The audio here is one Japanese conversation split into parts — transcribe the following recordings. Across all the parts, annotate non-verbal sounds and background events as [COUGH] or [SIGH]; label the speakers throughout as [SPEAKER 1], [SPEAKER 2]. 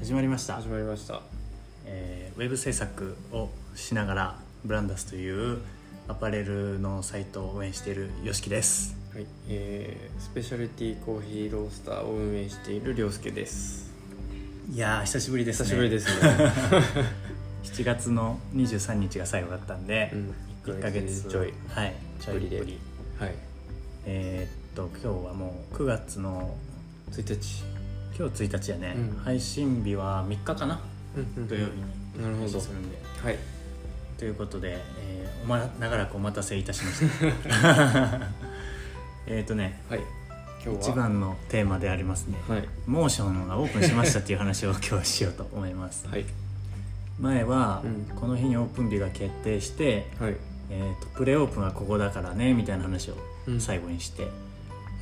[SPEAKER 1] 始まりました
[SPEAKER 2] 始、まりました
[SPEAKER 1] えーウェブ制作をしながらブランダスというアパレルのサイトを応援している YOSHIKI です
[SPEAKER 2] はい、えー、スペシャルティーコーヒーロースターを運営している涼介です
[SPEAKER 1] いやー久しぶりですね
[SPEAKER 2] 久しぶりですね、
[SPEAKER 1] 7月の23日が最後だったんで、 [LAUGHS]
[SPEAKER 2] うん、
[SPEAKER 1] 1ヶ月ちょいはいちょい
[SPEAKER 2] ぶりで
[SPEAKER 1] ぶり
[SPEAKER 2] はい
[SPEAKER 1] えーっと今日はもう9月の
[SPEAKER 2] 1日、
[SPEAKER 1] 今日1日やね、
[SPEAKER 2] うん
[SPEAKER 1] 配信日は3日かな
[SPEAKER 2] うんうん
[SPEAKER 1] 土曜日に
[SPEAKER 2] なるほ
[SPEAKER 1] 配
[SPEAKER 2] ど
[SPEAKER 1] 信するんで
[SPEAKER 2] はい
[SPEAKER 1] ということで、えーおま長らくお待たせいたしました
[SPEAKER 2] [LAUGHS]
[SPEAKER 1] えっとね
[SPEAKER 2] はい今日は
[SPEAKER 1] 一番のテーマでありますね、
[SPEAKER 2] はい
[SPEAKER 1] モーションがオープンしましたっていう話を今日はしようと思います
[SPEAKER 2] はい
[SPEAKER 1] 前は、
[SPEAKER 2] うん
[SPEAKER 1] この日にオープン日が決定して、
[SPEAKER 2] はい
[SPEAKER 1] えー、とプレオープンはここだからねみたいな話を
[SPEAKER 2] うん
[SPEAKER 1] 最後にして、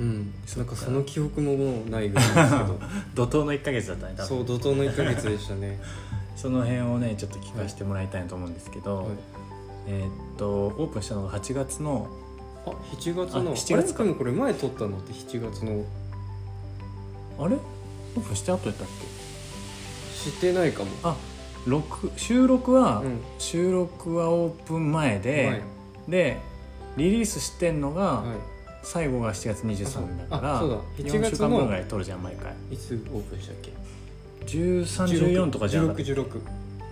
[SPEAKER 2] うん
[SPEAKER 1] そ
[SPEAKER 2] な
[SPEAKER 1] っ
[SPEAKER 2] ん
[SPEAKER 1] か
[SPEAKER 2] かその記憶ももうないぐらいですけ
[SPEAKER 1] [LAUGHS]
[SPEAKER 2] ど
[SPEAKER 1] 怒涛の1ヶ月だったね多
[SPEAKER 2] そう
[SPEAKER 1] 分
[SPEAKER 2] 怒涛の1ヶ月でし
[SPEAKER 1] [LAUGHS]
[SPEAKER 2] たね
[SPEAKER 1] その辺をねちょっと聞かせてもらいたいなと思うんですけど、
[SPEAKER 2] はい
[SPEAKER 1] えっとオープンしたのが8月の
[SPEAKER 2] あ7月
[SPEAKER 1] あ
[SPEAKER 2] の
[SPEAKER 1] 7月か
[SPEAKER 2] あれでもこれ前撮ったのって7月の
[SPEAKER 1] あれオープンして後やったっけ
[SPEAKER 2] してないかも
[SPEAKER 1] あ録収録は、
[SPEAKER 2] うん
[SPEAKER 1] 収録はオープン前で、
[SPEAKER 2] はい
[SPEAKER 1] でリリースしてんのが、
[SPEAKER 2] はい
[SPEAKER 1] 最後が7月23だから
[SPEAKER 2] あそうだ7
[SPEAKER 1] 4週
[SPEAKER 2] 月の
[SPEAKER 1] 間分ぐらい撮るじゃん毎回
[SPEAKER 2] いつオープンしたっけ
[SPEAKER 1] 1314とかじゃん
[SPEAKER 2] 1616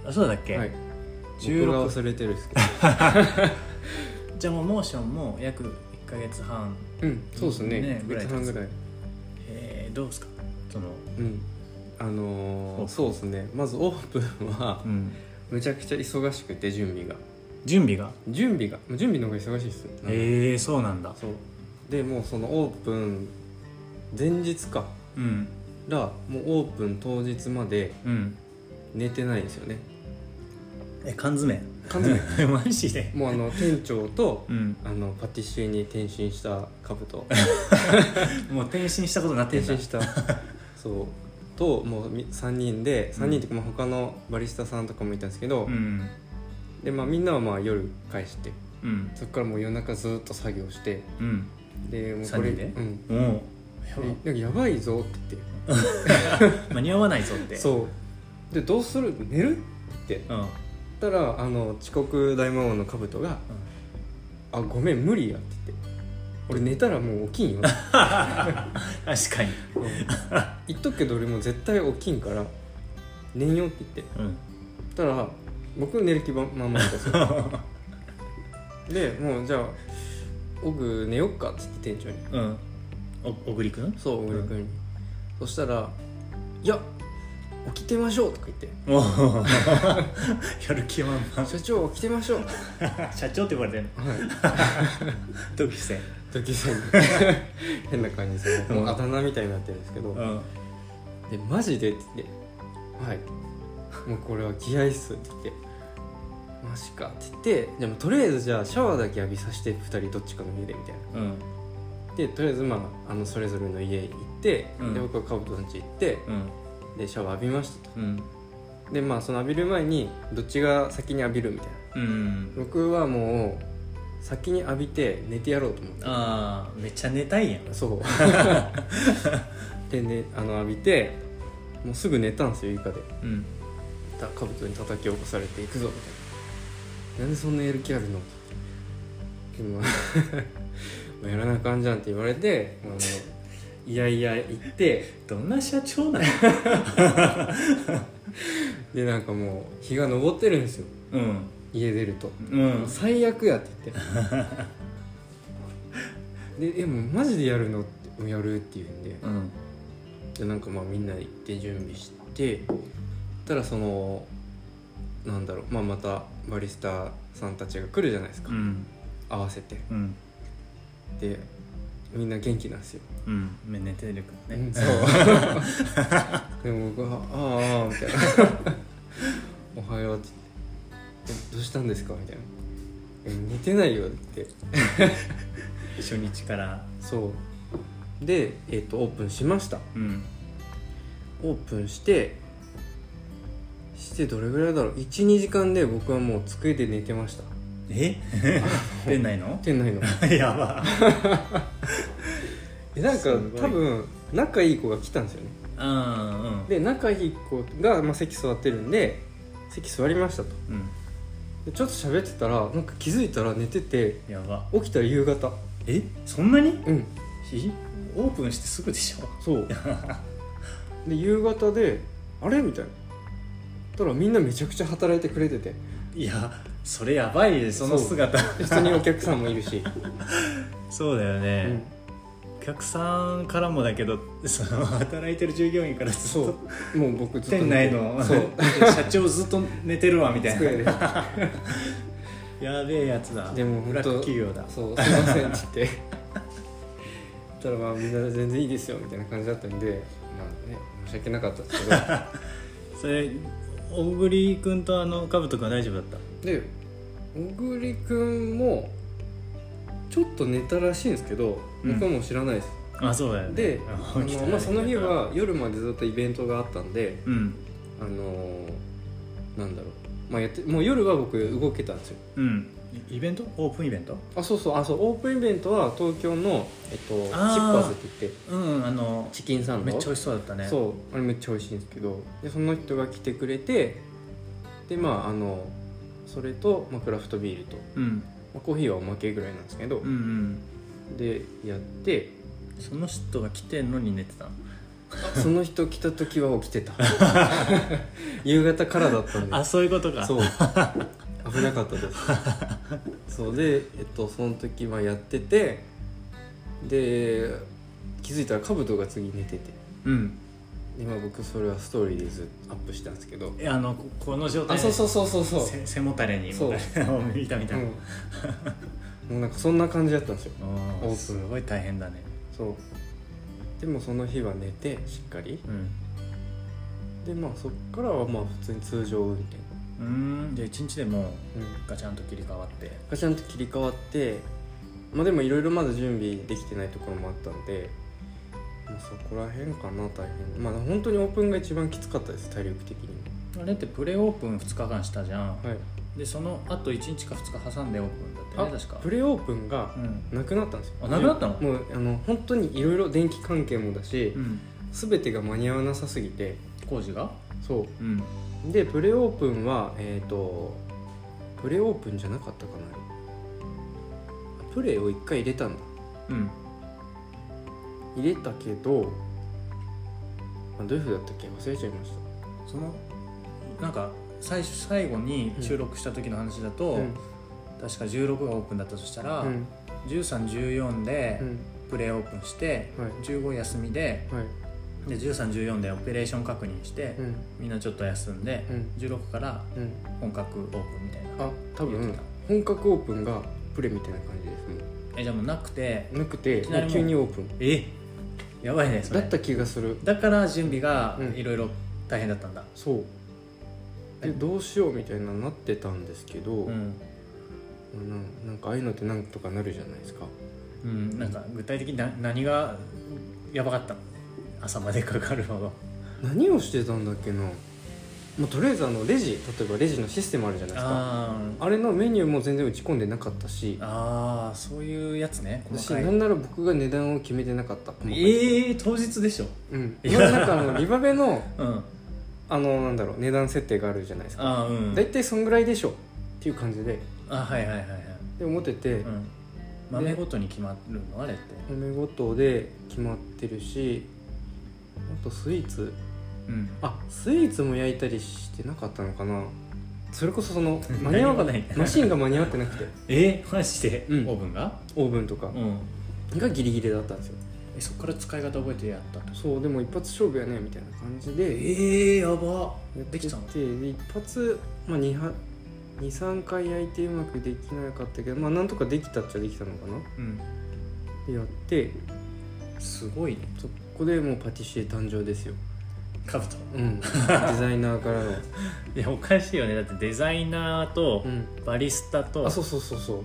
[SPEAKER 1] あそうだっけ、
[SPEAKER 2] はい
[SPEAKER 1] 16
[SPEAKER 2] 僕が忘れてるんで
[SPEAKER 1] [LAUGHS]
[SPEAKER 2] すけど
[SPEAKER 1] じゃあもうモーションも約1か月半
[SPEAKER 2] うんそうです
[SPEAKER 1] ね
[SPEAKER 2] ねねぐらい半ぐらい
[SPEAKER 1] えー、どうですかその
[SPEAKER 2] うんあ
[SPEAKER 1] オー
[SPEAKER 2] の
[SPEAKER 1] プ
[SPEAKER 2] ー、
[SPEAKER 1] ン
[SPEAKER 2] そうですねまずオープンは
[SPEAKER 1] うん
[SPEAKER 2] むちゃくちゃ忙しくて準備が
[SPEAKER 1] 準備が
[SPEAKER 2] 準備がもう準備の方が忙しいっすなんか
[SPEAKER 1] ええー、そうなんだ
[SPEAKER 2] そうでもうそのオープン前日か
[SPEAKER 1] うん
[SPEAKER 2] らもうオープン当日まで
[SPEAKER 1] うん
[SPEAKER 2] 寝てないんですよね
[SPEAKER 1] え缶詰
[SPEAKER 2] 完全に
[SPEAKER 1] [LAUGHS] マジで
[SPEAKER 2] もうあの店長と
[SPEAKER 1] うん
[SPEAKER 2] あのパティシエに転身したカブと
[SPEAKER 1] もう転身したことになって
[SPEAKER 2] 転
[SPEAKER 1] んだ
[SPEAKER 2] 身した [LAUGHS] そうともうみ3人で3人っていうか、まあ、他のバリスタさんとかもいたんですけど、
[SPEAKER 1] うん
[SPEAKER 2] でまあ、みんなはまあ夜返して
[SPEAKER 1] うん
[SPEAKER 2] そこからもう夜中ずっと作業して
[SPEAKER 1] うん
[SPEAKER 2] でもうこれ
[SPEAKER 1] 三人で
[SPEAKER 2] うん、
[SPEAKER 1] もうん
[SPEAKER 2] えなんかやばいぞって言っ
[SPEAKER 1] 間に合わないぞって
[SPEAKER 2] てそうでどうする寝るって言って
[SPEAKER 1] うん、うん、
[SPEAKER 2] たらあの遅刻大魔王のカブトが「あごめん無理や」って言って「俺寝たらもう起きんよ」
[SPEAKER 1] [LAUGHS] 確かに
[SPEAKER 2] うん言っとくけど俺もう絶対起きんから寝んよって言って
[SPEAKER 1] うん
[SPEAKER 2] たら僕寝る気ままんまだったんです
[SPEAKER 1] [LAUGHS]
[SPEAKER 2] よでもうじゃあ奥寝よっかっつって店長に
[SPEAKER 1] うんお小栗くん
[SPEAKER 2] そう
[SPEAKER 1] うん
[SPEAKER 2] 奥君に、そしたら「いや起きてましょう」とか言って
[SPEAKER 1] おお [LAUGHS] やる気満
[SPEAKER 2] 「社長起きてましょう」
[SPEAKER 1] 々 [LAUGHS] 社長って呼ばれてるの
[SPEAKER 2] はい
[SPEAKER 1] 同級生
[SPEAKER 2] 時々 [LAUGHS] 変な感じですよねもうあだ名みたいになってるんですけど
[SPEAKER 1] うん
[SPEAKER 2] でマジで?」って言って「はいもうこれは気合いっす」って言って「マジか」って言ってでもとりあえずじゃあシャワーだけ浴びさせて2人どっちかの家でみたいな
[SPEAKER 1] うん
[SPEAKER 2] でとりあえずまああのそれぞれの家行って、
[SPEAKER 1] うん
[SPEAKER 2] で僕はカブトさん家行って
[SPEAKER 1] うん
[SPEAKER 2] でシャワー浴びましたと
[SPEAKER 1] うん
[SPEAKER 2] でまあその浴びる前にどっちが先に浴びるみたいな
[SPEAKER 1] うん
[SPEAKER 2] 僕はもう先に浴びて寝てやろうと思って
[SPEAKER 1] ああめっちゃ寝たいやん
[SPEAKER 2] そう
[SPEAKER 1] [LAUGHS]
[SPEAKER 2] で、ね、あの浴びてもうすぐ寝たんですよ床で
[SPEAKER 1] うん
[SPEAKER 2] たカブトに叩き起こされていくぞみたいななんでそんなやる気あるのでも [LAUGHS] まあやらなあかんじゃんって言われてあのいやいや行って
[SPEAKER 1] どんな社長なの
[SPEAKER 2] でなんかもう日が昇ってるんですよ
[SPEAKER 1] うん
[SPEAKER 2] 家出ると、
[SPEAKER 1] うん
[SPEAKER 2] 最悪やって言ってで「えもうマジでやるの?」って「うんやる」って言うんで
[SPEAKER 1] うん
[SPEAKER 2] でなんかまあみんな行って準備してたらそのなんだろう、まあ、またバリスタさんたちが来るじゃないですか、
[SPEAKER 1] うん
[SPEAKER 2] 合わせて
[SPEAKER 1] うん
[SPEAKER 2] でみんな元気なんですよ、
[SPEAKER 1] うん寝てるから
[SPEAKER 2] う
[SPEAKER 1] ね
[SPEAKER 2] んそう [LAUGHS] でも僕は「ああ」みたいな「おはよう」って言って「えどうしたんですか?」みたいな「え寝てないよ」って
[SPEAKER 1] 初日から
[SPEAKER 2] そうで、えっとオープンしました
[SPEAKER 1] うん
[SPEAKER 2] オープンしてしてどれぐらいだろう12時間で僕はもう机で寝てました
[SPEAKER 1] [LAUGHS] え [LAUGHS] 出ないの
[SPEAKER 2] 店内の
[SPEAKER 1] やば
[SPEAKER 2] えでなんか
[SPEAKER 1] すごい
[SPEAKER 2] 多分仲いい子が来たんですよね
[SPEAKER 1] うんうん
[SPEAKER 2] で仲いい子が、まあ、席座ってるんで席座りましたと
[SPEAKER 1] うん
[SPEAKER 2] でちょっと喋ってたらなんか気づいたら寝てて
[SPEAKER 1] やば
[SPEAKER 2] 起きたら夕方
[SPEAKER 1] えそんなに
[SPEAKER 2] うん
[SPEAKER 1] ひオープンしてすぐでしょ
[SPEAKER 2] そうで夕方で「あれ?」みたいなたらみんなめちゃくちゃ働いてくれてて
[SPEAKER 1] いやそれやばいねその姿
[SPEAKER 2] で普通にお客さんもいるし、
[SPEAKER 1] そうだよ
[SPEAKER 2] う
[SPEAKER 1] [LAUGHS] ね、
[SPEAKER 2] ん
[SPEAKER 1] お客さんからもだけどその働いてる従業員からずっ
[SPEAKER 2] そ
[SPEAKER 1] と
[SPEAKER 2] うもう僕ずっと
[SPEAKER 1] 店内の [LAUGHS]
[SPEAKER 2] そう
[SPEAKER 1] 社長ずっと寝てるわみたいな
[SPEAKER 2] 机で
[SPEAKER 1] やべえやつだ
[SPEAKER 2] でも
[SPEAKER 1] ブ
[SPEAKER 2] 本
[SPEAKER 1] ラック
[SPEAKER 2] 当
[SPEAKER 1] 企業だ
[SPEAKER 2] そうすいませんって言ってたらまあみんな全然いいですよみたいな感じだったんでまあね申し訳なかったですけ
[SPEAKER 1] それ小栗君とあのかぶと君は大丈夫だった
[SPEAKER 2] どで小栗くんもちょっと寝たらしいんですけど
[SPEAKER 1] うん
[SPEAKER 2] 僕はもう知らないです、
[SPEAKER 1] あそうだよね
[SPEAKER 2] で
[SPEAKER 1] [LAUGHS]
[SPEAKER 2] あ
[SPEAKER 1] 起きた
[SPEAKER 2] の、まあ、その日は夜までずっとイベントがあったんで
[SPEAKER 1] うん
[SPEAKER 2] あのーなんだろう、まあ、やってもう夜は僕動けたんですよ
[SPEAKER 1] うんイイベントオープンイベント
[SPEAKER 2] あそうそうあそうオープンイベントは東京の、えっと、チッ
[SPEAKER 1] あー
[SPEAKER 2] パーズって言って
[SPEAKER 1] うんあの
[SPEAKER 2] チキンサン
[SPEAKER 1] め
[SPEAKER 2] ド
[SPEAKER 1] っちゃ美味しそうだったねう
[SPEAKER 2] そうあれめっちゃ美味しいんですけどでその人が来てくれてでまああのそれと、まあ、クラフトビールと、ま
[SPEAKER 1] ん
[SPEAKER 2] あ、コーヒーはおまけぐらいなんですけど
[SPEAKER 1] うんう、ん
[SPEAKER 2] でやって
[SPEAKER 1] その人が来てんのに寝てたの
[SPEAKER 2] その人来た時は起きて
[SPEAKER 1] [LAUGHS]
[SPEAKER 2] た夕方からだったんで
[SPEAKER 1] あそういうことか
[SPEAKER 2] そう [LAUGHS] 危なかったですそうで、えっと、その時はやっててで気づいたら兜が次寝てて
[SPEAKER 1] うん
[SPEAKER 2] 今僕それはストーリーでずっとアップしたんですけど
[SPEAKER 1] えあのここの状態
[SPEAKER 2] あそうそうそうそうそう
[SPEAKER 1] せ背もたれに
[SPEAKER 2] そう
[SPEAKER 1] もたれを [LAUGHS] 見たみたいな、
[SPEAKER 2] うん、もうなんかそんな感じだったんですよ
[SPEAKER 1] あ
[SPEAKER 2] オープ
[SPEAKER 1] ー
[SPEAKER 2] ン
[SPEAKER 1] すごい大変だね
[SPEAKER 2] そうでもその日は寝てしっかり
[SPEAKER 1] うん
[SPEAKER 2] でまあそっからはまあ普通に通常運転、
[SPEAKER 1] うーんじゃあ一日でもう
[SPEAKER 2] うん、
[SPEAKER 1] ガチャンと切り替わって
[SPEAKER 2] ガチャンと切り替わってまあでもいろいろまだ準備できてないところもあったんで、まあ、そこら辺かな大変まあ本当にオープンが一番きつかったです体力的に
[SPEAKER 1] あれってプレオープン2日間したじゃん、
[SPEAKER 2] はい
[SPEAKER 1] でそのあと1日か2日挟んでオープンだった
[SPEAKER 2] あ
[SPEAKER 1] よね確か
[SPEAKER 2] プレオープンが
[SPEAKER 1] うん
[SPEAKER 2] なくなったんですよ
[SPEAKER 1] あなくなったの
[SPEAKER 2] もうあの本当にいろいろ電気関係もだし
[SPEAKER 1] うん
[SPEAKER 2] 全てが間に合わなさすぎて
[SPEAKER 1] 工事が
[SPEAKER 2] そう
[SPEAKER 1] うん
[SPEAKER 2] でプレオープンはえっ、とプレオープンじゃなかったかなあれプレを一回入れたんだ
[SPEAKER 1] うん
[SPEAKER 2] 入れたけどあどういうふうだったっけ忘れちゃいました
[SPEAKER 1] そのなんか最初最後に収録した時の話だと、
[SPEAKER 2] うん
[SPEAKER 1] 確か16がオープンだったとしたら、
[SPEAKER 2] うん
[SPEAKER 1] 1314で
[SPEAKER 2] うん
[SPEAKER 1] プレオープンして、
[SPEAKER 2] はい
[SPEAKER 1] 15休みで
[SPEAKER 2] はい
[SPEAKER 1] で1314でオペレーション確認して、
[SPEAKER 2] うん
[SPEAKER 1] みんなちょっと休んで、
[SPEAKER 2] うん
[SPEAKER 1] 16から
[SPEAKER 2] うん
[SPEAKER 1] 本格オープンみたいな
[SPEAKER 2] あ多
[SPEAKER 1] 言って
[SPEAKER 2] 分
[SPEAKER 1] た
[SPEAKER 2] 本格オープンがプレみたいな感じですも
[SPEAKER 1] えじゃあもうなくて
[SPEAKER 2] うなくて
[SPEAKER 1] いきなりもう
[SPEAKER 2] もう急にオープン
[SPEAKER 1] えやばいねそ
[SPEAKER 2] だ
[SPEAKER 1] れ
[SPEAKER 2] った気がする
[SPEAKER 1] だから準備が
[SPEAKER 2] うん
[SPEAKER 1] いろいろ大変だったんだ
[SPEAKER 2] そうでどうしようみたいななってたんですけど、
[SPEAKER 1] うん、
[SPEAKER 2] なんなんかああいうのってなんとかなるじゃないですか
[SPEAKER 1] うん、なんか具体的にな何がやばかったの朝までかかるほど
[SPEAKER 2] 何をしてたんだっけな、まあ、とりあえずあのレジ例えばレジのシステムあるじゃないですか
[SPEAKER 1] あー
[SPEAKER 2] あれのメニューも全然打ち込んでなかったし
[SPEAKER 1] あーそういうやつね
[SPEAKER 2] 私
[SPEAKER 1] 細かい
[SPEAKER 2] なんなら僕が値段を決めてなかった細かい
[SPEAKER 1] ええ当日でしょ
[SPEAKER 2] うん、
[SPEAKER 1] い
[SPEAKER 2] ま
[SPEAKER 1] や
[SPEAKER 2] あなんかあのリバベの [LAUGHS]
[SPEAKER 1] うん
[SPEAKER 2] あのなんだろう値段設定があるじゃないですか
[SPEAKER 1] あーうん
[SPEAKER 2] 大体そんぐらいでしょっていう感じで
[SPEAKER 1] あはいはいはいはい、
[SPEAKER 2] で思ってて
[SPEAKER 1] うん、豆ごとに決まるのあれって
[SPEAKER 2] 豆ごとで決まってるしあとスイーツ
[SPEAKER 1] うん
[SPEAKER 2] あスイーツも焼いたりしてなかったのかなそれこそその間に合
[SPEAKER 1] 何も
[SPEAKER 2] わ
[SPEAKER 1] な
[SPEAKER 2] ないいマシンが間に合ってなく
[SPEAKER 1] [LAUGHS]
[SPEAKER 2] て
[SPEAKER 1] えー、マジで、
[SPEAKER 2] うん
[SPEAKER 1] オーブンが
[SPEAKER 2] オーブンとか
[SPEAKER 1] うん
[SPEAKER 2] がギリギリだったんですよ
[SPEAKER 1] えそこから使い方覚えてやったと
[SPEAKER 2] そうでも一発勝負やねみたいな感じで
[SPEAKER 1] ええやば
[SPEAKER 2] やっ
[SPEAKER 1] で
[SPEAKER 2] て
[SPEAKER 1] きたの
[SPEAKER 2] てで一発、まあ、23回焼いてうまくできなかったけどまあなんとかできたっちゃできたのかな
[SPEAKER 1] うん
[SPEAKER 2] でやって
[SPEAKER 1] すごいね
[SPEAKER 2] そこでもうパティシエ誕生ですよ
[SPEAKER 1] カブト
[SPEAKER 2] うん [LAUGHS] デザイナーからの
[SPEAKER 1] いやおかしいよねだってデザイナーと
[SPEAKER 2] うん
[SPEAKER 1] バリスタと
[SPEAKER 2] あそうそうそうそ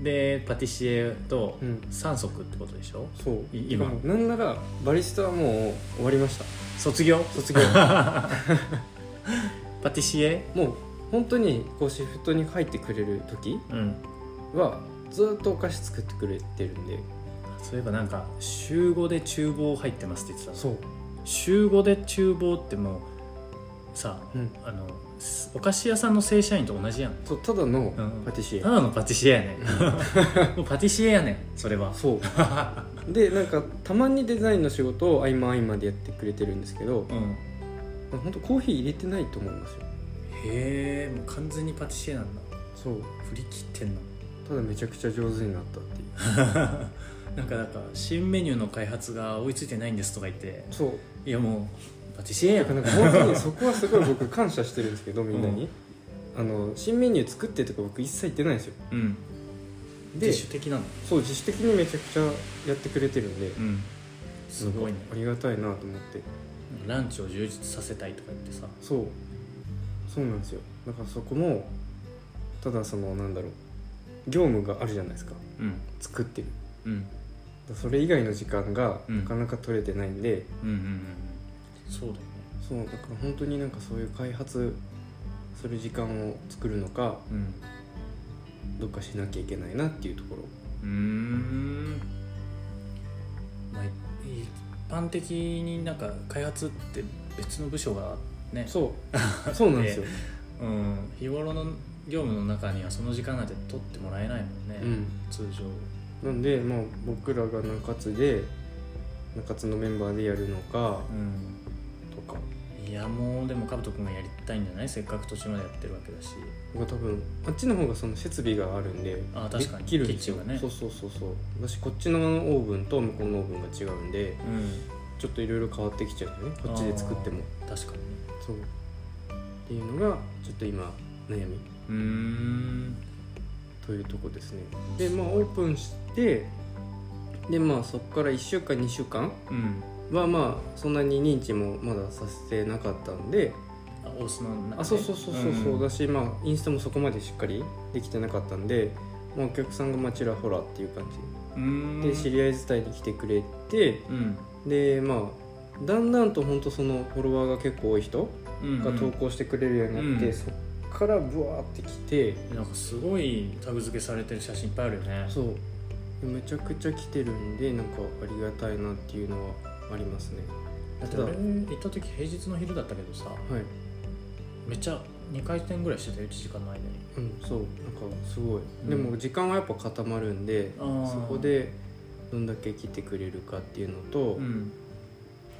[SPEAKER 2] う
[SPEAKER 1] でパティシエと
[SPEAKER 2] うん
[SPEAKER 1] 3足ってことでしょ
[SPEAKER 2] そう
[SPEAKER 1] い今
[SPEAKER 2] なんならバリスタはもう終わりました
[SPEAKER 1] 卒 [LAUGHS] 業
[SPEAKER 2] 卒 [LAUGHS] 業
[SPEAKER 1] パティシエ
[SPEAKER 2] もう本当にこうシフトに入ってくれる時
[SPEAKER 1] うん
[SPEAKER 2] はずっとお菓子作ってくれてるんで
[SPEAKER 1] そういえばなんか週5で厨房入ってますって言ってたの
[SPEAKER 2] そう、
[SPEAKER 1] 週5で厨房ってもうさ
[SPEAKER 2] うん、
[SPEAKER 1] あのすお菓子屋さんの正社員と同じやん
[SPEAKER 2] そうただの
[SPEAKER 1] うん
[SPEAKER 2] パティシエ、
[SPEAKER 1] ただのパティシエやね [LAUGHS] んもうパティシエやねんそれは
[SPEAKER 2] そう
[SPEAKER 1] [LAUGHS]
[SPEAKER 2] でなんかたまにデザインの仕事を合間合間でやってくれてるんですけど
[SPEAKER 1] うん
[SPEAKER 2] 本当コーヒー入れてないと思いますよ
[SPEAKER 1] へえもう完全にパティシエなんだ
[SPEAKER 2] そう
[SPEAKER 1] 振り切ってんの
[SPEAKER 2] ただめちゃくちゃ上手になったっていう
[SPEAKER 1] なんかなんか新メニューの開発が追いついてないんですとか言って
[SPEAKER 2] そう
[SPEAKER 1] いやもうパティシエや
[SPEAKER 2] だからなんか本当にそこはすごい僕感謝してるんですけどみんなに、あの新メニュー作ってとか僕一切言ってないんですよ
[SPEAKER 1] うん
[SPEAKER 2] で
[SPEAKER 1] 自主的なの
[SPEAKER 2] そう自主的にめちゃくちゃやってくれてるんで、
[SPEAKER 1] うんすごいね
[SPEAKER 2] ありがたいなと思って
[SPEAKER 1] ランチを充実させたいとか言ってさ
[SPEAKER 2] そうそうなんですよだからそこもただそのなんだろう業務があるじゃないですか
[SPEAKER 1] うん
[SPEAKER 2] 作ってる
[SPEAKER 1] うん
[SPEAKER 2] だからそれ以外の時間が
[SPEAKER 1] うん
[SPEAKER 2] なかなか取れてないんで、
[SPEAKER 1] うんうんうんそうだよね
[SPEAKER 2] そうだから本当になんかそういう開発する時間を作るのか
[SPEAKER 1] うん
[SPEAKER 2] どっかしなきゃいけないなっていうところ
[SPEAKER 1] うーん、まあ、い一般的になんか開発って別の部署がね
[SPEAKER 2] そ
[SPEAKER 1] [LAUGHS]
[SPEAKER 2] うそうなんですよ、
[SPEAKER 1] う、ん、日頃の業務の中にはその時間なんて取ってもらえないもんね、
[SPEAKER 2] うん、
[SPEAKER 1] 通常
[SPEAKER 2] なんで、まあ、僕らが中津で中津のメンバーでやるのか
[SPEAKER 1] うん
[SPEAKER 2] とか
[SPEAKER 1] いやもうでもかぶとくんがやりたいんじゃないせっかく途中までやってるわけだし
[SPEAKER 2] 僕は多分あっちの方がその設備があるんで
[SPEAKER 1] あ確かに
[SPEAKER 2] できるんですよ
[SPEAKER 1] キッチンがね
[SPEAKER 2] そうそうそうそう私こっちのオーブンと向こうのオーブンが違うんで
[SPEAKER 1] うん
[SPEAKER 2] ちょっといろいろ変わってきちゃうんだよねこっちで作っても
[SPEAKER 1] 確かにね
[SPEAKER 2] そうっていうのがちょっと今悩み
[SPEAKER 1] うーん
[SPEAKER 2] というとこですねでまあオープンしてでまあそこから1週間2週間
[SPEAKER 1] うん
[SPEAKER 2] はまあそんなに認知もまださせてなかったんで
[SPEAKER 1] あオースの中ね
[SPEAKER 2] あそうそうそうそうそう、
[SPEAKER 1] ん
[SPEAKER 2] だしまあインスタもそこまでしっかりできてなかったんで、まあ、お客さんがまあちらほらっていう感
[SPEAKER 1] うーん
[SPEAKER 2] じで知り合い伝いに来てくれて
[SPEAKER 1] うん
[SPEAKER 2] でまあだんだんと本当そのフォロワーが結構多い人
[SPEAKER 1] うん
[SPEAKER 2] が
[SPEAKER 1] う
[SPEAKER 2] 投
[SPEAKER 1] ん
[SPEAKER 2] 稿してくれるようになって、
[SPEAKER 1] うん
[SPEAKER 2] そっからブワーって来て
[SPEAKER 1] なんかすごいタグ付けされてる写真いっぱいあるよね
[SPEAKER 2] そうめちゃくちゃ来てるんでなんかありがたいなっていうのはありますね
[SPEAKER 1] だって俺行った時平日の昼だったけどさ
[SPEAKER 2] はい
[SPEAKER 1] めっちゃ2回転ぐらいしてたよ1時間の間に
[SPEAKER 2] うんそうなんかすごい、
[SPEAKER 1] うん
[SPEAKER 2] でも時間はやっぱ固まるんで
[SPEAKER 1] あー
[SPEAKER 2] そこでどんだけ来てくれるかっていうのと、
[SPEAKER 1] うん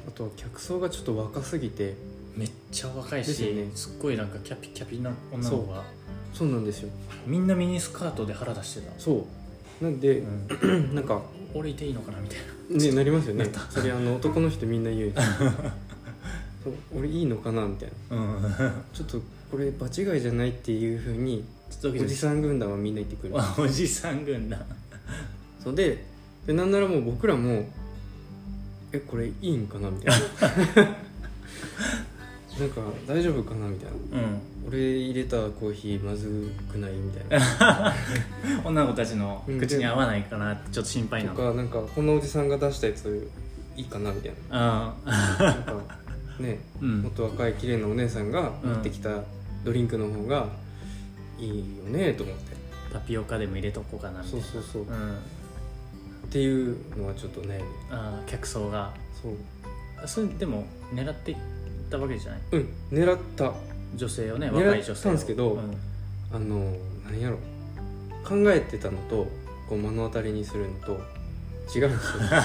[SPEAKER 2] あとは客層がちょっと若すぎて
[SPEAKER 1] めっちゃ若い
[SPEAKER 2] です
[SPEAKER 1] し、
[SPEAKER 2] よね
[SPEAKER 1] すっごいなんかキャピキャピな女の子が
[SPEAKER 2] そうなんですよ
[SPEAKER 1] みんなミニスカートで腹出してた、
[SPEAKER 2] そうなんで
[SPEAKER 1] う、ん、
[SPEAKER 2] なんか
[SPEAKER 1] 俺いていいのかなみたいな
[SPEAKER 2] ねなりますよ
[SPEAKER 1] な
[SPEAKER 2] ね
[SPEAKER 1] った
[SPEAKER 2] それあの男の人みんな言う
[SPEAKER 1] [LAUGHS]
[SPEAKER 2] そう俺いいのかなみたいな
[SPEAKER 1] うん
[SPEAKER 2] ちょっとこれ場違いじゃないっていうふうに
[SPEAKER 1] ド
[SPEAKER 2] お
[SPEAKER 1] キドキ
[SPEAKER 2] じさん軍団はみんな言ってくる
[SPEAKER 1] あおじさん軍団
[SPEAKER 2] そうででなんならもう僕らもえこれいいんかなみ [LAUGHS] たいななんか大丈夫かなみたい
[SPEAKER 1] う
[SPEAKER 2] な
[SPEAKER 1] ん
[SPEAKER 2] 俺入れたコーヒーまずくないみたいな
[SPEAKER 1] 女の子たちの口に合わないかなってちょっと心配な
[SPEAKER 2] と
[SPEAKER 1] の
[SPEAKER 2] かなんかこのおじさんが出したやついいかなみたい
[SPEAKER 1] あ
[SPEAKER 2] ななんかね
[SPEAKER 1] う
[SPEAKER 2] もっ
[SPEAKER 1] ん
[SPEAKER 2] と若い綺麗なお姉さんが持ってきたドリンクの方がいいよねと思って、
[SPEAKER 1] タピオカでも入れとこうかなみた
[SPEAKER 2] そ
[SPEAKER 1] いうな
[SPEAKER 2] そうそう、
[SPEAKER 1] う
[SPEAKER 2] っ
[SPEAKER 1] ん
[SPEAKER 2] ていうのはちょっと悩み
[SPEAKER 1] あー客層が
[SPEAKER 2] そう
[SPEAKER 1] それでも狙っていったわけじゃない
[SPEAKER 2] うん狙った
[SPEAKER 1] 女性をね
[SPEAKER 2] 狙
[SPEAKER 1] 若い女性を
[SPEAKER 2] ったんですけど
[SPEAKER 1] うん
[SPEAKER 2] あの何やろ考えてたのとこう目の当たりにするのと
[SPEAKER 1] [LAUGHS]
[SPEAKER 2] 違うんですよ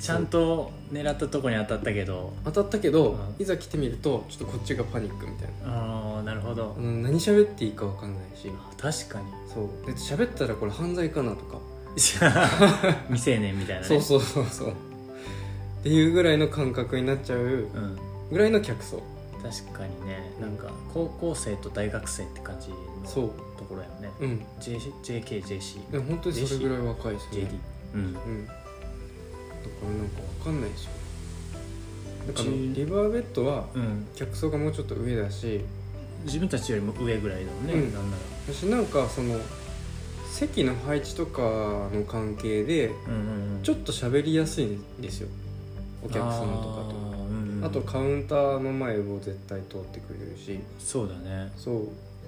[SPEAKER 1] ちゃんと狙ったとこに当たったけど
[SPEAKER 2] 当たったけど、
[SPEAKER 1] うん
[SPEAKER 2] いざ来てみるとちょっとこっちがパニックみたいな
[SPEAKER 1] ああなるほど
[SPEAKER 2] あの何喋っていいか分かんないし
[SPEAKER 1] 確かに
[SPEAKER 2] [LAUGHS] そうで喋ったらこれ犯罪かなとか、
[SPEAKER 1] 未成年みたいなね
[SPEAKER 2] そうそうそうそうっていうぐらいの感覚になっちゃう
[SPEAKER 1] うん、
[SPEAKER 2] ぐらいの客層
[SPEAKER 1] 確かにねなんか高校生と大学生って感じの
[SPEAKER 2] そう
[SPEAKER 1] ところやよね、
[SPEAKER 2] うん
[SPEAKER 1] J JKJCJD
[SPEAKER 2] でも本当にそれぐらい若いですね
[SPEAKER 1] うん
[SPEAKER 2] うんだからなんか分かんないですよだから
[SPEAKER 1] うち
[SPEAKER 2] リバーベッドは
[SPEAKER 1] うん、
[SPEAKER 2] 客層がもうちょっと上だし
[SPEAKER 1] 自分たちよりも上ぐらいだもんね、
[SPEAKER 2] うん
[SPEAKER 1] なんなら
[SPEAKER 2] 私なんかその席の配置とかの関係で
[SPEAKER 1] うんうんうん
[SPEAKER 2] ちょっと喋りやすいんですよお客様とか
[SPEAKER 1] あ
[SPEAKER 2] と
[SPEAKER 1] ー,うんうん、
[SPEAKER 2] あとカウンターの前を絶対通ってくれるし
[SPEAKER 1] そうだね
[SPEAKER 2] そう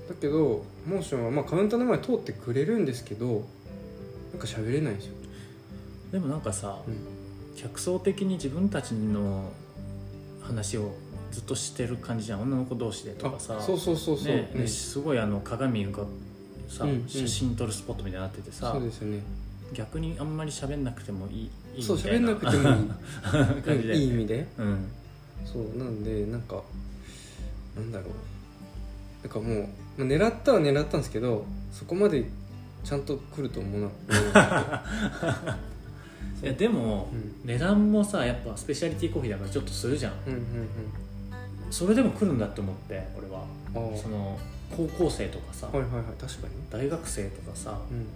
[SPEAKER 2] だけどモーションはまあカウンターの前通ってくれるんですけどなんか喋れないでしょ
[SPEAKER 1] でもなんかさ、
[SPEAKER 2] うん
[SPEAKER 1] 客層的に自分たちの話をずっとしてる感じじゃん女の子同士でとかさ
[SPEAKER 2] そうそうそうそう、
[SPEAKER 1] ね
[SPEAKER 2] うん
[SPEAKER 1] ですごいあの鏡がさ、
[SPEAKER 2] うんうん
[SPEAKER 1] 写真撮るスポットみたいになっててさ
[SPEAKER 2] そうですよね
[SPEAKER 1] 逆にあんまり喋んなくてもいいいい
[SPEAKER 2] そう
[SPEAKER 1] みたい
[SPEAKER 2] 喋んなくてもい
[SPEAKER 1] [LAUGHS] 感
[SPEAKER 2] い
[SPEAKER 1] じ
[SPEAKER 2] うん
[SPEAKER 1] で、
[SPEAKER 2] いい意味で
[SPEAKER 1] うん
[SPEAKER 2] そうなんでなんかなんだろうなんかもう、まあ、狙ったは狙ったんですけどそこまでちゃんと来ると思わな [LAUGHS]
[SPEAKER 1] いやでも、
[SPEAKER 2] うん
[SPEAKER 1] 値段もさやっぱスペシャリティコーヒーだからちょっとするじゃん
[SPEAKER 2] うんうん
[SPEAKER 1] それでも来るんだって思って俺は
[SPEAKER 2] うんあ
[SPEAKER 1] その高校生とかさ、
[SPEAKER 2] あはいはいはい確かに
[SPEAKER 1] 大学生とかさ
[SPEAKER 2] うん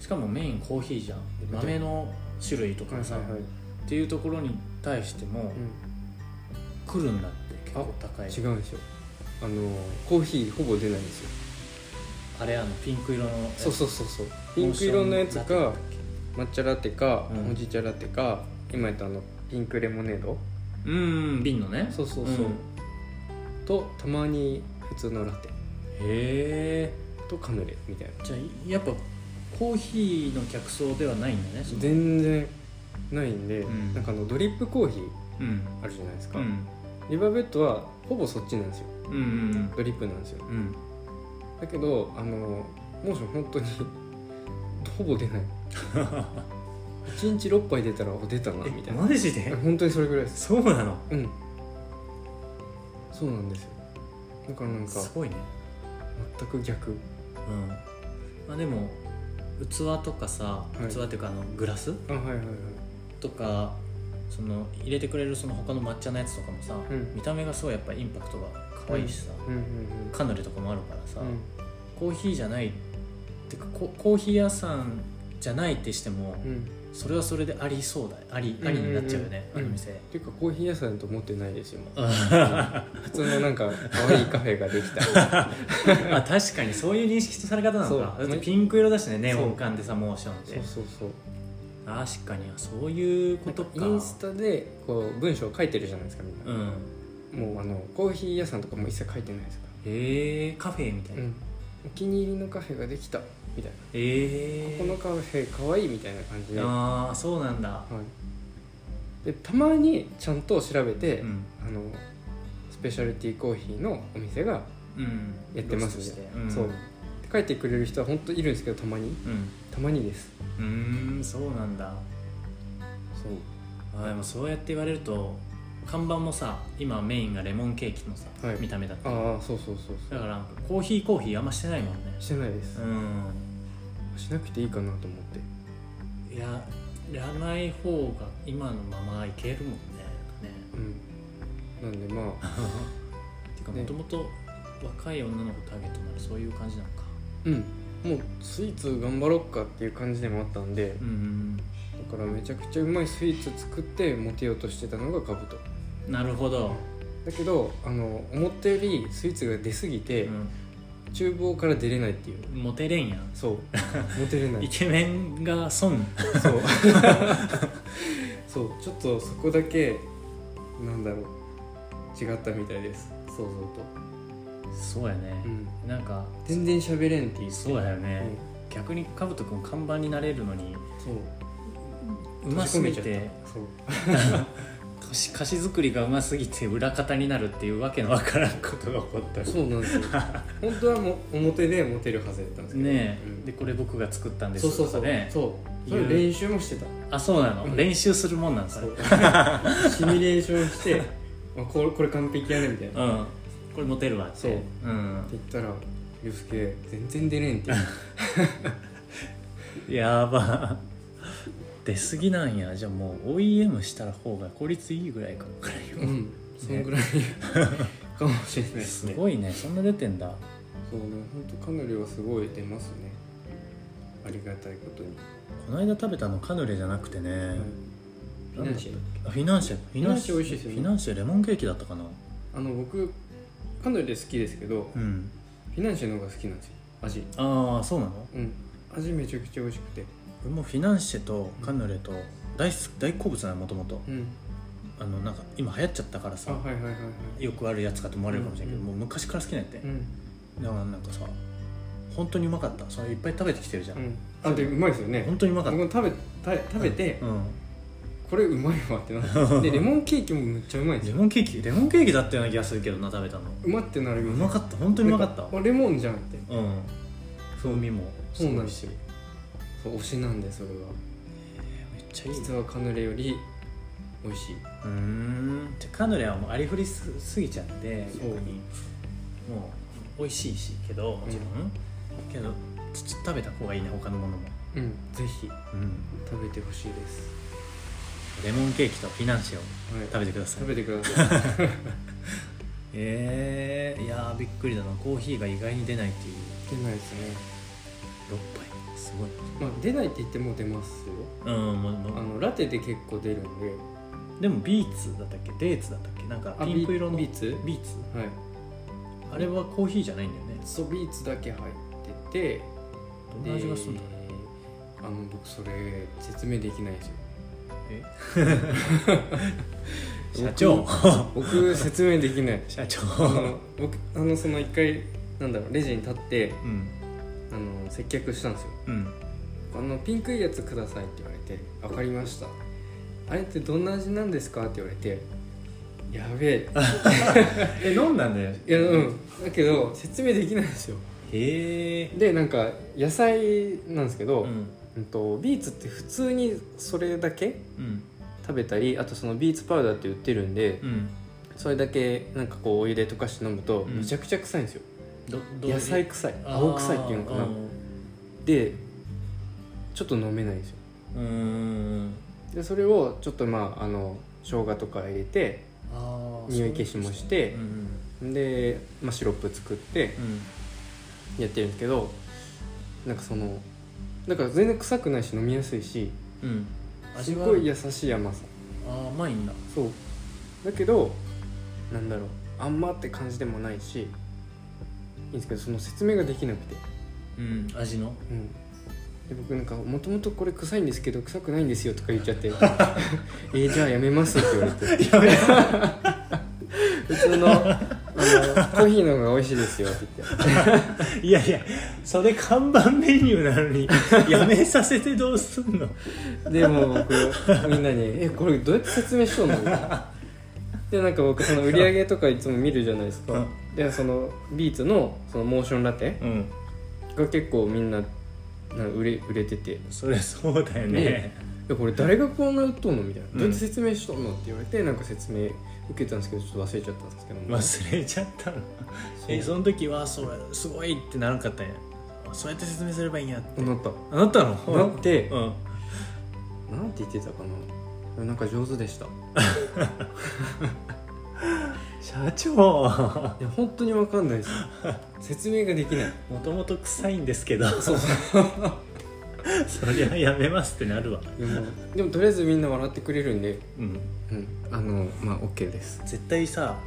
[SPEAKER 1] しかもメインコーヒーじゃんで豆の種類と
[SPEAKER 2] は
[SPEAKER 1] か
[SPEAKER 2] い
[SPEAKER 1] さ、
[SPEAKER 2] はいはい
[SPEAKER 1] っていうところに対しても
[SPEAKER 2] う
[SPEAKER 1] 来るんだって結構高い
[SPEAKER 2] ん、違うんですよあのコーヒーほぼ出ないんですよ
[SPEAKER 1] あれあのピンク色のやつ
[SPEAKER 2] そうそうそうそうピンク色のやつか抹茶ラテか、
[SPEAKER 1] うん
[SPEAKER 2] おじ茶ラテか今言ったあのピンクレモネード
[SPEAKER 1] うん瓶のね
[SPEAKER 2] そうそうそう、
[SPEAKER 1] ん
[SPEAKER 2] とたまに普通のラテ
[SPEAKER 1] へえ
[SPEAKER 2] とカヌレみたいな
[SPEAKER 1] じゃあやっぱコーヒーの客層ではないんだねその
[SPEAKER 2] 全然ないんで、
[SPEAKER 1] うん
[SPEAKER 2] なんかあのドリップコーヒー
[SPEAKER 1] うん
[SPEAKER 2] あるじゃないです
[SPEAKER 1] う
[SPEAKER 2] か、
[SPEAKER 1] ん
[SPEAKER 2] リバーベットはほぼそっちなんですよ
[SPEAKER 1] うんうん
[SPEAKER 2] ドリップなんですよ
[SPEAKER 1] うん [LAUGHS]
[SPEAKER 2] だけどあのモーション本当に [LAUGHS] ほぼ出ない1日6杯出たらお出たなみた
[SPEAKER 1] え
[SPEAKER 2] いな
[SPEAKER 1] マジで
[SPEAKER 2] 本当にそれぐらいです
[SPEAKER 1] そうなの
[SPEAKER 2] うんそうなんですよだからなんか
[SPEAKER 1] すごいね
[SPEAKER 2] 全く逆
[SPEAKER 1] うんまあでも器とかさ
[SPEAKER 2] い
[SPEAKER 1] 器っていうかあのグラス
[SPEAKER 2] あはいはいはい
[SPEAKER 1] とかその入れてくれるその他の抹茶のやつとかもさ、
[SPEAKER 2] ん
[SPEAKER 1] 見た目がすごいやっぱインパクトが可愛いしさ、
[SPEAKER 2] うんうん
[SPEAKER 1] カヌレとかもあるからさ、
[SPEAKER 2] うん
[SPEAKER 1] コーヒーじゃないってかココーヒー屋さんじゃないってしても、
[SPEAKER 2] うんうんっ
[SPEAKER 1] それはそれでありそうだあり
[SPEAKER 2] うん
[SPEAKER 1] ありになっちゃうよね、
[SPEAKER 2] うん
[SPEAKER 1] あの店、
[SPEAKER 2] ていうかコーヒー屋さんと思ってない
[SPEAKER 1] [LAUGHS]
[SPEAKER 2] ですよもう
[SPEAKER 1] あ
[SPEAKER 2] 普通のなんか可愛いカフェができた
[SPEAKER 1] 確かにそういう認識とされ方なのか
[SPEAKER 2] そ
[SPEAKER 1] だ
[SPEAKER 2] う
[SPEAKER 1] ってピンク色だしねネ
[SPEAKER 2] そう
[SPEAKER 1] オン感でさモーション
[SPEAKER 2] そう
[SPEAKER 1] で
[SPEAKER 2] そうそう
[SPEAKER 1] 確かにそういう
[SPEAKER 2] な
[SPEAKER 1] こ
[SPEAKER 2] んか
[SPEAKER 1] とか
[SPEAKER 2] インスタでこう文章を書いてるじゃないですかみん
[SPEAKER 1] う
[SPEAKER 2] な、
[SPEAKER 1] ん
[SPEAKER 2] もうあのコーヒー屋さんとかも一切書いてないですか
[SPEAKER 1] へえカフェみたい
[SPEAKER 2] ら、
[SPEAKER 1] な、
[SPEAKER 2] うん、お気に入りのカフェができたみたいな
[SPEAKER 1] ええ
[SPEAKER 2] ここのカフェ可愛いみたいな感じで、は
[SPEAKER 1] ああそうなんだ、
[SPEAKER 2] い、でたまにちゃんと調べて、
[SPEAKER 1] うん
[SPEAKER 2] あのスペシャルティーコーヒーのお店が
[SPEAKER 1] うん、
[SPEAKER 2] やってます
[SPEAKER 1] ロスト
[SPEAKER 2] みた
[SPEAKER 1] し
[SPEAKER 2] い
[SPEAKER 1] て
[SPEAKER 2] な、そうって書いてくれる人は本当いるんですけどたまに
[SPEAKER 1] うん
[SPEAKER 2] たまにです
[SPEAKER 1] うんうーんそうなんだ
[SPEAKER 2] そう
[SPEAKER 1] あでもそうやって言われると看板もさ今メインがレモンケーキのさ、
[SPEAKER 2] はい
[SPEAKER 1] 見た目だった
[SPEAKER 2] ああそうそうそうそ
[SPEAKER 1] だからコーヒーコーヒーあんましてないもんね
[SPEAKER 2] うしてないです、
[SPEAKER 1] うん
[SPEAKER 2] しなくていいかなと思って
[SPEAKER 1] いややらない方が今のままいけるもんねね
[SPEAKER 2] [LAUGHS] うんなんでまあ
[SPEAKER 1] てか
[SPEAKER 2] ね
[SPEAKER 1] もともと若い女の子ターゲットならそういう感じなのか
[SPEAKER 2] うんもうスイーツ頑張ろっかっていう感じでもあったんで
[SPEAKER 1] うん
[SPEAKER 2] だからめちゃくちゃうまいスイーツ作ってモテようとしてたのがカブト
[SPEAKER 1] なるほど、
[SPEAKER 2] だけどあの思ったよりスイーツが出過ぎて、
[SPEAKER 1] う、
[SPEAKER 2] 厨房から出れないっていうん
[SPEAKER 1] モテれんやん
[SPEAKER 2] そうモテれな
[SPEAKER 1] [LAUGHS] イ
[SPEAKER 2] い
[SPEAKER 1] ケメンが損
[SPEAKER 2] そうそうちょっとそこだけなんだろう違ったみたいです想像と、
[SPEAKER 1] そうやね
[SPEAKER 2] う、ん、
[SPEAKER 1] なんか
[SPEAKER 2] 全然喋れんっていう、
[SPEAKER 1] そうやよ
[SPEAKER 2] う
[SPEAKER 1] ね、
[SPEAKER 2] ん、
[SPEAKER 1] 逆にかぶとくん看板になれるのに
[SPEAKER 2] そう
[SPEAKER 1] うますぎて
[SPEAKER 2] そう
[SPEAKER 1] 歌詞歌詞作りがうますぎて裏方になるっていうわけのわからんことが起こったり
[SPEAKER 2] そうなんです [LAUGHS] よ本当はも表でモテるはずだったんですけど
[SPEAKER 1] ねえ、
[SPEAKER 2] うん
[SPEAKER 1] でこれ僕が作ったんです
[SPEAKER 2] そうそうそう、
[SPEAKER 1] とかね
[SPEAKER 2] そうそ
[SPEAKER 1] 言う
[SPEAKER 2] れ練習もしてた
[SPEAKER 1] あそうなの、
[SPEAKER 2] うん
[SPEAKER 1] 練習するもんなんさ
[SPEAKER 2] そううシミュレーションして [LAUGHS] あこれこれ完璧やねみたいなって
[SPEAKER 1] んこれモテるわって、
[SPEAKER 2] そうん言ったら「ユうスケ全然出ねえん」って言う
[SPEAKER 1] やば出過ぎなんやじゃあもう OEM した方が効率いいぐらいかもわからん
[SPEAKER 2] う
[SPEAKER 1] よ、
[SPEAKER 2] んそんぐらい [LAUGHS] かもしれないです
[SPEAKER 1] す
[SPEAKER 2] ね
[SPEAKER 1] ごいねそんな出てんだ
[SPEAKER 2] そうでも本当カヌレはすごい出ますねありがたいことに、
[SPEAKER 1] この間食べたのカヌレじゃなくてね、
[SPEAKER 2] フィナンシェ
[SPEAKER 1] あフィナンシェフィナンシェ
[SPEAKER 2] フィナンシェ美味しいですよね
[SPEAKER 1] フィナンシェレモンケーキだったかな
[SPEAKER 2] あの僕カヌレ好きですけど
[SPEAKER 1] うん
[SPEAKER 2] フィナンシェの方が好きなんですよ味
[SPEAKER 1] ああそうなの
[SPEAKER 2] うん味めちゃくちゃ美味しくて
[SPEAKER 1] 俺もフィナンシェとカヌレと大好き大好物なのもともと
[SPEAKER 2] うん
[SPEAKER 1] あのなんか今流行っちゃったから
[SPEAKER 2] あ
[SPEAKER 1] さ
[SPEAKER 2] はいはいはいはい
[SPEAKER 1] よくあるやつかと思われるかもしれないけど、
[SPEAKER 2] うん
[SPEAKER 1] もう昔から好きなんやって、
[SPEAKER 2] うん
[SPEAKER 1] だからなんかさ本当にうまかったそれいっぱい食べてきてるじゃん、
[SPEAKER 2] うん、あでうまいですよね
[SPEAKER 1] 本当にうまかった
[SPEAKER 2] 僕も食べた食べて、
[SPEAKER 1] うん
[SPEAKER 2] これうまいわって [LAUGHS] なってでレモンケーキもめっちゃうまいんです
[SPEAKER 1] レ
[SPEAKER 2] よ
[SPEAKER 1] モンケーキレモンケーキだったような気がするけどな食べたの
[SPEAKER 2] うまってなる
[SPEAKER 1] う
[SPEAKER 2] よ
[SPEAKER 1] まかった本当にうまかった
[SPEAKER 2] あレモンじゃんって
[SPEAKER 1] うん風味も
[SPEAKER 2] そうなん
[SPEAKER 1] い
[SPEAKER 2] で
[SPEAKER 1] し
[SPEAKER 2] すよそう推しなんでそれは
[SPEAKER 1] めっちゃいい
[SPEAKER 2] 実はカヌレより美味しいう
[SPEAKER 1] ーんじゃあカヌレはもうありふりすすぎちゃって
[SPEAKER 2] そう
[SPEAKER 1] 逆にもう美味しいしけどもちろん、けどちょっと食べた方がいいね他のものも、
[SPEAKER 2] うんぜひ
[SPEAKER 1] うん、
[SPEAKER 2] 食べてほしいです
[SPEAKER 1] レモンケーキとフィナンシェを
[SPEAKER 2] はい
[SPEAKER 1] 食べてください
[SPEAKER 2] 食べてください
[SPEAKER 1] えー、いやーびっくりだなコーヒーが意外に出ないっていう
[SPEAKER 2] 出ないですね
[SPEAKER 1] 6杯すごい
[SPEAKER 2] まあ出ないって言っても出ますよ
[SPEAKER 1] うんもう
[SPEAKER 2] あ
[SPEAKER 1] もう
[SPEAKER 2] のラテで結構出るんで
[SPEAKER 1] でもビーツだったっけデーツだったっけなんか
[SPEAKER 2] あ
[SPEAKER 1] ピンク色の
[SPEAKER 2] ビビーツ
[SPEAKER 1] ビーツ
[SPEAKER 2] はい
[SPEAKER 1] あれはコーヒーじゃないんだよね
[SPEAKER 2] そうビーツだけ入ってて
[SPEAKER 1] どんな味がするんだろう
[SPEAKER 2] であの僕それ説明できないですよ
[SPEAKER 1] え
[SPEAKER 2] 僕
[SPEAKER 1] [LAUGHS] 社長
[SPEAKER 2] 僕説明できない
[SPEAKER 1] [LAUGHS] 社長
[SPEAKER 2] あの僕あのその一回なんだろうレジに立って
[SPEAKER 1] うん
[SPEAKER 2] あの接客したんですよ
[SPEAKER 1] うん
[SPEAKER 2] あのピンクいやつくださいって言われて「分かりました」「あれってどんな味なんですか?」って言われて「やべ
[SPEAKER 1] [LAUGHS]
[SPEAKER 2] え」
[SPEAKER 1] [LAUGHS] え飲んだんだよ
[SPEAKER 2] いやうんだけど説明できないんですよ
[SPEAKER 1] へえ
[SPEAKER 2] でなんか野菜なんですけど、
[SPEAKER 1] う
[SPEAKER 2] うん
[SPEAKER 1] ん
[SPEAKER 2] とビーツって普通にそれだけ
[SPEAKER 1] うん
[SPEAKER 2] 食べたりあとそのビーツパウダーって売ってるんで、
[SPEAKER 1] うん
[SPEAKER 2] それだけなんかこうお湯で溶かして飲むと
[SPEAKER 1] うん
[SPEAKER 2] めちゃくちゃ臭いんですよ、
[SPEAKER 1] どどういう
[SPEAKER 2] 野菜臭い
[SPEAKER 1] あー
[SPEAKER 2] 青臭いっていうのかなでちょっと飲めないんですよ
[SPEAKER 1] うんうん
[SPEAKER 2] でそれをちょっとまああの生姜とか入れて
[SPEAKER 1] あー
[SPEAKER 2] 匂い消しもし
[SPEAKER 1] う
[SPEAKER 2] て
[SPEAKER 1] んうん
[SPEAKER 2] で、まあ、シロップ作って
[SPEAKER 1] うん
[SPEAKER 2] やってるんですけどなんかそのだから全然臭くないし飲みやすいし
[SPEAKER 1] うん
[SPEAKER 2] す
[SPEAKER 1] 味は
[SPEAKER 2] ごい優しい甘さ
[SPEAKER 1] あー甘いんだ
[SPEAKER 2] そうだけどなんだろうあんまって感じでもないしいいんですけどその説明ができなくて
[SPEAKER 1] うん味の
[SPEAKER 2] うんで僕なんか「もともとこれ臭いんですけど臭くないんですよ」とか言っちゃって「えー、じゃあやめます」って言われて
[SPEAKER 1] やめ
[SPEAKER 2] 「普通のあのコーヒーの方が美味しいですよ」って言って
[SPEAKER 1] いやいやそれ看板メニューなのにやめさせてどうすんの
[SPEAKER 2] でも僕みんなに「えこれどうやって説明しとんの?」でなんか僕その売り上げとかいつも見るじゃないですか、でそのビーツのそのモーションラテ
[SPEAKER 1] うん
[SPEAKER 2] が結構みんななんか売れ売れてて
[SPEAKER 1] そりゃそうだよね
[SPEAKER 2] ね「えこれ誰がこんな売っとんの?」みたいな
[SPEAKER 1] う
[SPEAKER 2] 「
[SPEAKER 1] ん
[SPEAKER 2] どうやって説明しとんの?」って言われてなんか説明受けたんですけどちょっと忘れちゃったんですけども
[SPEAKER 1] 忘れちゃったの
[SPEAKER 2] そう
[SPEAKER 1] えその時はそれすごいってならんかったんやあそうやって説明すればいいんやって
[SPEAKER 2] なった
[SPEAKER 1] あなったの
[SPEAKER 2] なって
[SPEAKER 1] うん
[SPEAKER 2] なんて言ってたかななんか上手でしたい
[SPEAKER 1] 社長 [LAUGHS] も
[SPEAKER 2] や本当に分かんないです [LAUGHS] 説明ができない
[SPEAKER 1] ともと臭いんですけどそう [LAUGHS] そりゃやめますってなるわ
[SPEAKER 2] でもでもとりあえずみんな笑ってくれるんで
[SPEAKER 1] うん
[SPEAKER 2] うんあのまあ OK です
[SPEAKER 1] 絶対さ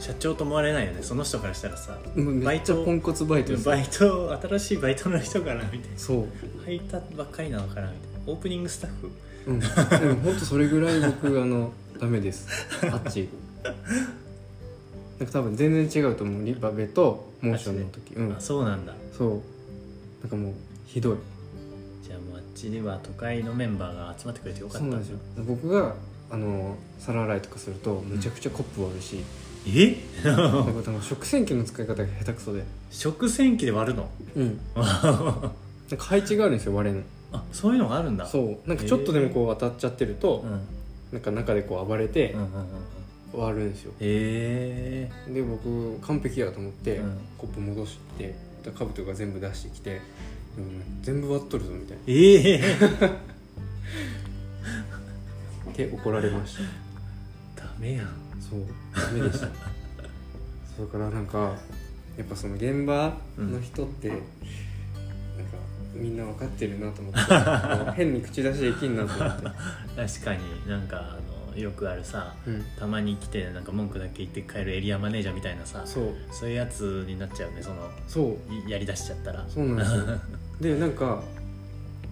[SPEAKER 2] う
[SPEAKER 1] 社長と思われないよねその人からしたらさ
[SPEAKER 2] んもうめっちゃ
[SPEAKER 1] バイト
[SPEAKER 2] ポンコツバイトです
[SPEAKER 1] バイト新しいバイトの人かなみたい
[SPEAKER 2] そう
[SPEAKER 1] な入ったばっかりなのかなみたいなオープニングスタッフ
[SPEAKER 2] うんでも本当それぐらい僕あのダ
[SPEAKER 1] [LAUGHS]
[SPEAKER 2] メですあっちなんか多分全然違うと思うリバベとモーションの時うん
[SPEAKER 1] あそうなんだ
[SPEAKER 2] そうなんかもうひどい
[SPEAKER 1] じゃあもうあっちでは都会のメンバーが集まってくれてよか
[SPEAKER 2] そ
[SPEAKER 1] っ
[SPEAKER 2] う
[SPEAKER 1] た
[SPEAKER 2] なんですよ僕があの皿洗いとかするとめちゃくちゃコップ割るし、
[SPEAKER 1] え
[SPEAKER 2] なんか多分食洗機の使い方が下手くそで
[SPEAKER 1] 食洗機で割るの
[SPEAKER 2] うんなんか配置があるんですよ割れの
[SPEAKER 1] あそういうのがあるんだ
[SPEAKER 2] そうなんかちょっとでもこう当たっちゃってると、
[SPEAKER 1] うんうん
[SPEAKER 2] なんか中でこう暴れて
[SPEAKER 1] うんうんうん
[SPEAKER 2] 割るんですよ
[SPEAKER 1] へ
[SPEAKER 2] で僕完璧やと思って、
[SPEAKER 1] うん
[SPEAKER 2] コップ戻してカブとか全部出してきて、うん全部割っとるぞみたい
[SPEAKER 1] えええ
[SPEAKER 2] なで怒られました
[SPEAKER 1] [LAUGHS] ダメやん
[SPEAKER 2] そうダメでした [LAUGHS] そうだからなんかやっぱその現場の人って、なんかみんな分かってるなと思ってこ [LAUGHS] う変に口出しできんなと思 [LAUGHS] って、
[SPEAKER 1] 確かになんかあのよくあるさ
[SPEAKER 2] うん、
[SPEAKER 1] たまに来てなんか文句だけ言って帰るエリアマネージャーみたいなさ
[SPEAKER 2] そう
[SPEAKER 1] そういうやつになっちゃうねその
[SPEAKER 2] そう
[SPEAKER 1] いやりだしちゃったら
[SPEAKER 2] そうなんですよ [LAUGHS] でなんか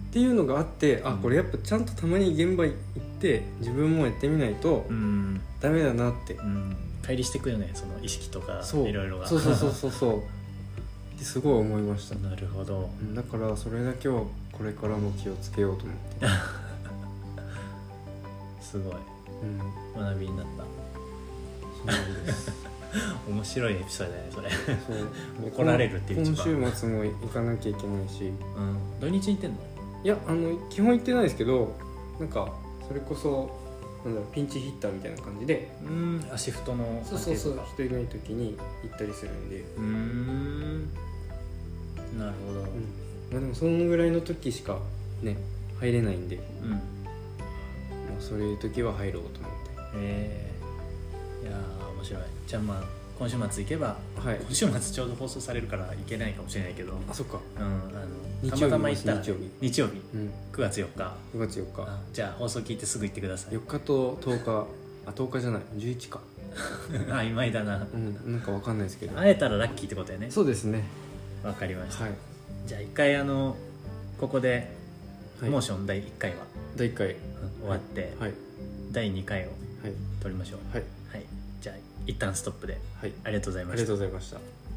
[SPEAKER 2] っていうのがあってあこれやっぱちゃんとたまに現場行って自分もやってみないと
[SPEAKER 1] うん、
[SPEAKER 2] ダメだなって
[SPEAKER 1] うん、乖離してくよねその意識とか
[SPEAKER 2] そう
[SPEAKER 1] いろいろが
[SPEAKER 2] そうそうそううそうそうっってすごい思いました
[SPEAKER 1] [LAUGHS] なるほど
[SPEAKER 2] うんだからそれだけはこれからも気をつけようと思って、
[SPEAKER 1] すごい
[SPEAKER 2] うん、
[SPEAKER 1] 学びになっ
[SPEAKER 2] そうなんです
[SPEAKER 1] た面白いエピソードだねそれ、
[SPEAKER 2] そう
[SPEAKER 1] [LAUGHS] 怒られるっていう一
[SPEAKER 2] 今
[SPEAKER 1] 番
[SPEAKER 2] 週末も行かなきゃいけない
[SPEAKER 1] う
[SPEAKER 2] し
[SPEAKER 1] ん、土日行ってんの
[SPEAKER 2] いやあの基本行ってないですけどなんかそれこそなんだろうピンチヒッターみたいな感じで
[SPEAKER 1] うんあシフトの
[SPEAKER 2] そうそうそう
[SPEAKER 1] 関係とか
[SPEAKER 2] 人いない時に行ったりするんで、
[SPEAKER 1] うーんなるほど
[SPEAKER 2] うんまあ、でもそのぐらいの時しかね入れないんでも
[SPEAKER 1] うん、
[SPEAKER 2] うそういう時は入ろうと思っ
[SPEAKER 1] えー、いやー面白いじゃあまあ今週末行けば
[SPEAKER 2] てはい
[SPEAKER 1] 今週末ちょうど放送されるから行けないかもしれないけど、うん、
[SPEAKER 2] あそっか
[SPEAKER 1] あの
[SPEAKER 2] 日曜
[SPEAKER 1] た
[SPEAKER 2] 日
[SPEAKER 1] またま行ったら
[SPEAKER 2] 日曜日
[SPEAKER 1] 日曜日
[SPEAKER 2] うん
[SPEAKER 1] 9月4日
[SPEAKER 2] 5月4日
[SPEAKER 1] あじゃあ放送聞いてすぐ行ってください
[SPEAKER 2] 4日と10日あ10日じゃない11か
[SPEAKER 1] [LAUGHS] 曖昧だな
[SPEAKER 2] うんなんかわかんないですけど
[SPEAKER 1] 会えたらラッキーってことやね
[SPEAKER 2] そうですね
[SPEAKER 1] わかりました
[SPEAKER 2] はい、
[SPEAKER 1] じゃあ一回あのここで
[SPEAKER 2] はい、
[SPEAKER 1] モーション第1回は
[SPEAKER 2] 第1回
[SPEAKER 1] うん終わって、
[SPEAKER 2] はい
[SPEAKER 1] 第2回を
[SPEAKER 2] はい
[SPEAKER 1] 撮りましょう
[SPEAKER 2] はい
[SPEAKER 1] はいじゃあ一旦ストップで
[SPEAKER 2] はい
[SPEAKER 1] ありがとうござい
[SPEAKER 2] あ
[SPEAKER 1] ま
[SPEAKER 2] りが
[SPEAKER 1] した
[SPEAKER 2] とうございました